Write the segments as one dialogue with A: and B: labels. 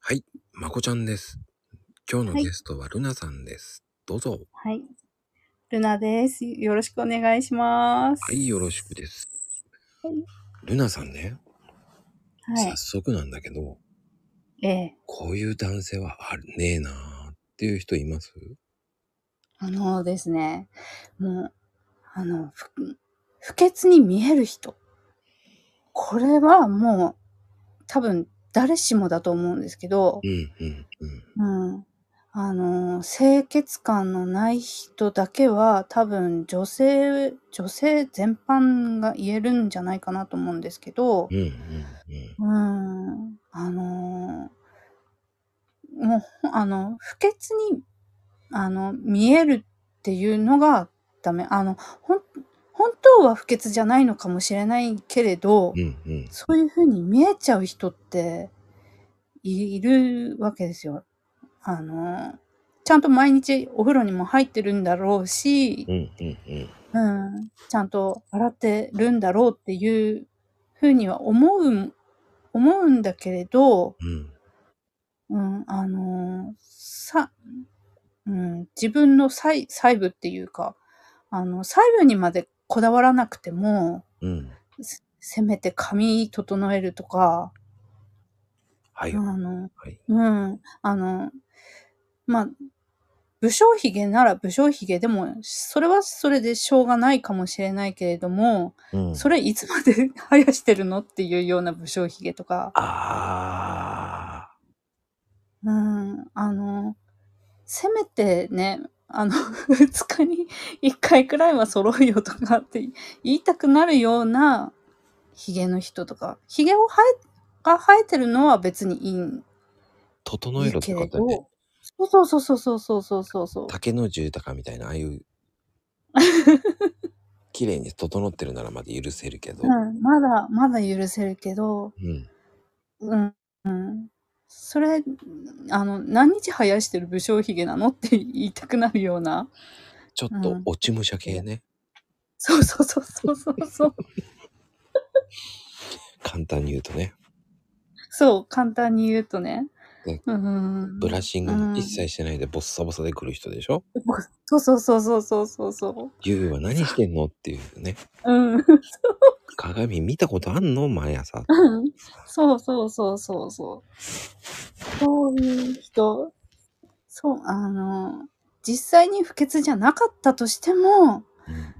A: はい、まこちゃんです。今日の
B: はい。
A: ゲストはルナさんです。どうぞ。
B: はい。ルナです。よろしくお願いしま
A: はい、よろしくです。
B: す。はい。
A: ルナさんね、
B: は
A: 早
B: い。
A: 速なんだけど、
B: ええ。
A: こういう男性はあるねえなっていう人います？
B: あのですね、もう、あの、ふ不潔に見える人。これはもう、多分誰しもだと思うんですけど。
A: うんうんうん。
B: うん。あの、清潔感のない人だけは、多分女性女性全般が言えるんじゃないかなと思うんですけど。
A: うんうんうん。
B: うーん、あのもう、あの、不潔に、あの、見えるっていうのがダメ。あの、ほん本当は不潔じゃないのかもしれないけれど、
A: うんうん。
B: そういう風に見えちゃう人っているわけですよ。あの、ちゃんと毎日お風呂にも入ってるんだろうし
A: うんうんうん。
B: うん、ちゃんと洗ってるんだろうっていう風には思うん思うんだけれど
A: うん。
B: うん、あの、さうん、自分のさい細部っていうか、あの、細部にまでこだわらなくても、
A: うん。
B: せせめて髪整えるとか
A: はい
B: あ
A: はい。
B: の
A: はい。
B: うん、あの、ま、不精髭なら不精髭でも、それはそれでしょうがないかもしれないけれども、
A: うん。
B: それいつまで 生やしてるのっていうような不精髭とか。
A: ああ。
B: うーん、あの、せめてね、あの、2日に1回くらいは揃うよとかって言いたくなるような髭の人とか、髭を生えが生えてるのは別にいいん
A: 整
B: い
A: え
B: い
A: ろって
B: け
A: こ
B: れ
A: とね。
B: どそうそうそうそうそうそうそうそう。
A: 竹野内豊みたいな、ああ いう綺麗に整ってるならまだ許せるけ
B: う
A: ど。
B: ん、まだまだ許せるけど
A: うん。
B: うん、うん。それ、あの、何日生やしてる不精髭なのって言いたくなるような、
A: ちょっ
B: う
A: と
B: ん、
A: 落ち武者
B: い
A: 系
B: や。
A: ね。
B: そうそうそうそうそう そう。
A: 簡単に言うとね。
B: そう、簡単に言うとね。
A: で、
B: うー
A: ブラッ
B: ん、
A: シン
B: う
A: グも一
B: ん。
A: 切してないでボッサボサで来る人でしょ？
B: ぼそうそうそうそうそうそうそう。
A: ゆうは
B: そ
A: 何
B: う。
A: してんのっていうね。
B: うん、 そう。
A: 鏡見たことあんの？毎朝。
B: うん、そうそうそうそうそう。そういう人、そう、あの、実際に不潔じゃなかったとしても
A: うん。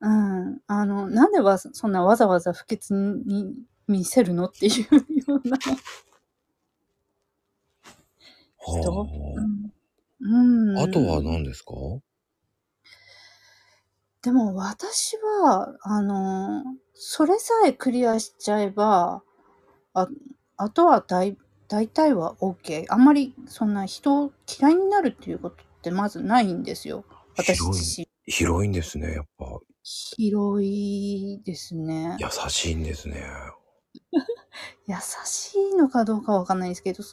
B: うん、あの、なんでわそんなわざわざ不潔に見せるのっていうような人。う
A: はあ。
B: ん。
A: あとは
B: うーん。
A: 何ですか？
B: でも私は、あの、それさえクリアしちゃえば、ああとはだい大体はオーケー。あんまりそんな人を嫌いになるっていうことってまずないんですよ、私
A: 広い
B: 自身。
A: 広いんですね、やっぱ。
B: 広いですね。
A: 優しいんですね。
B: 優しいのかどうかわかんないですけど、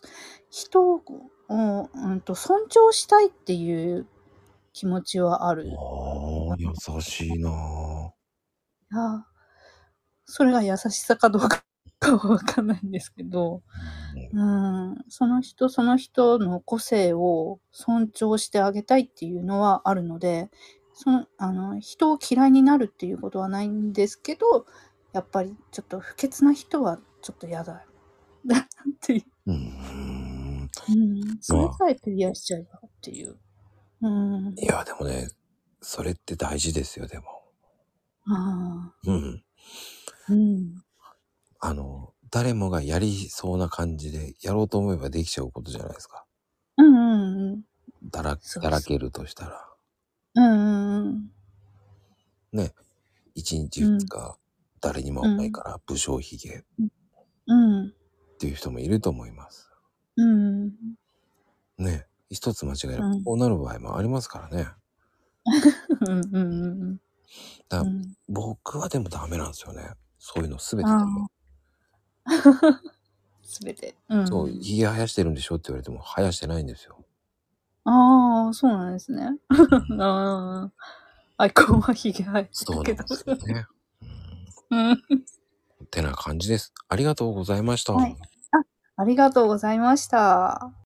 B: 人を、うんと、尊重したいっていう気持ちはある。
A: ああ、優しいな。
B: ああ、それが優しさかどうかはわかんないんですけど、
A: うん。
B: うーん、その人その人の個性を尊重してあげたいっていうのはあるので、その、あの、人を嫌いになるっていうことはないんですけど、やっぱりちょっと不潔な人はちょっと嫌だ。だなっていう。
A: うーん。
B: うん、それ
A: まあ。
B: さえクリアしちゃえばっていう。うーん。
A: いや、でもね、それって大事ですよ、でも。
B: ああ。
A: うん。
B: うん。
A: あの、誰もがやりそうな感じで、やろうと思えばできちゃうことじゃないですか。
B: うんうんうん。
A: だら
B: そう
A: だら
B: そ
A: けるとしたら。
B: うんうんうん。
A: ね、1日
B: う
A: ふつ
B: ん。
A: か、誰にも
B: う
A: 会わない
B: ん。
A: から、不精髭っ
B: うん。うん。
A: ていう人もいると思います。
B: うん。
A: ね、一つ間違えれ
B: う
A: ば、
B: ん。
A: こうなる場合もありますからね。
B: うんうん
A: だから
B: うんうん。
A: 僕はでもダメなんですよね。そういうの全てダメ。
B: ああ。すべて。う
A: そう、
B: ん。
A: 髭生やしてるんでしょって言われても、生やしてないんですよ。
B: ああ、そうなんですね。
A: うん。
B: ああ。アイコンはひげ生えてた
A: そう
B: け
A: なん
B: ど。
A: ですよね。うん。
B: うん。
A: ってな感じです。ありがとうございました。
B: はい。あありがとうございました。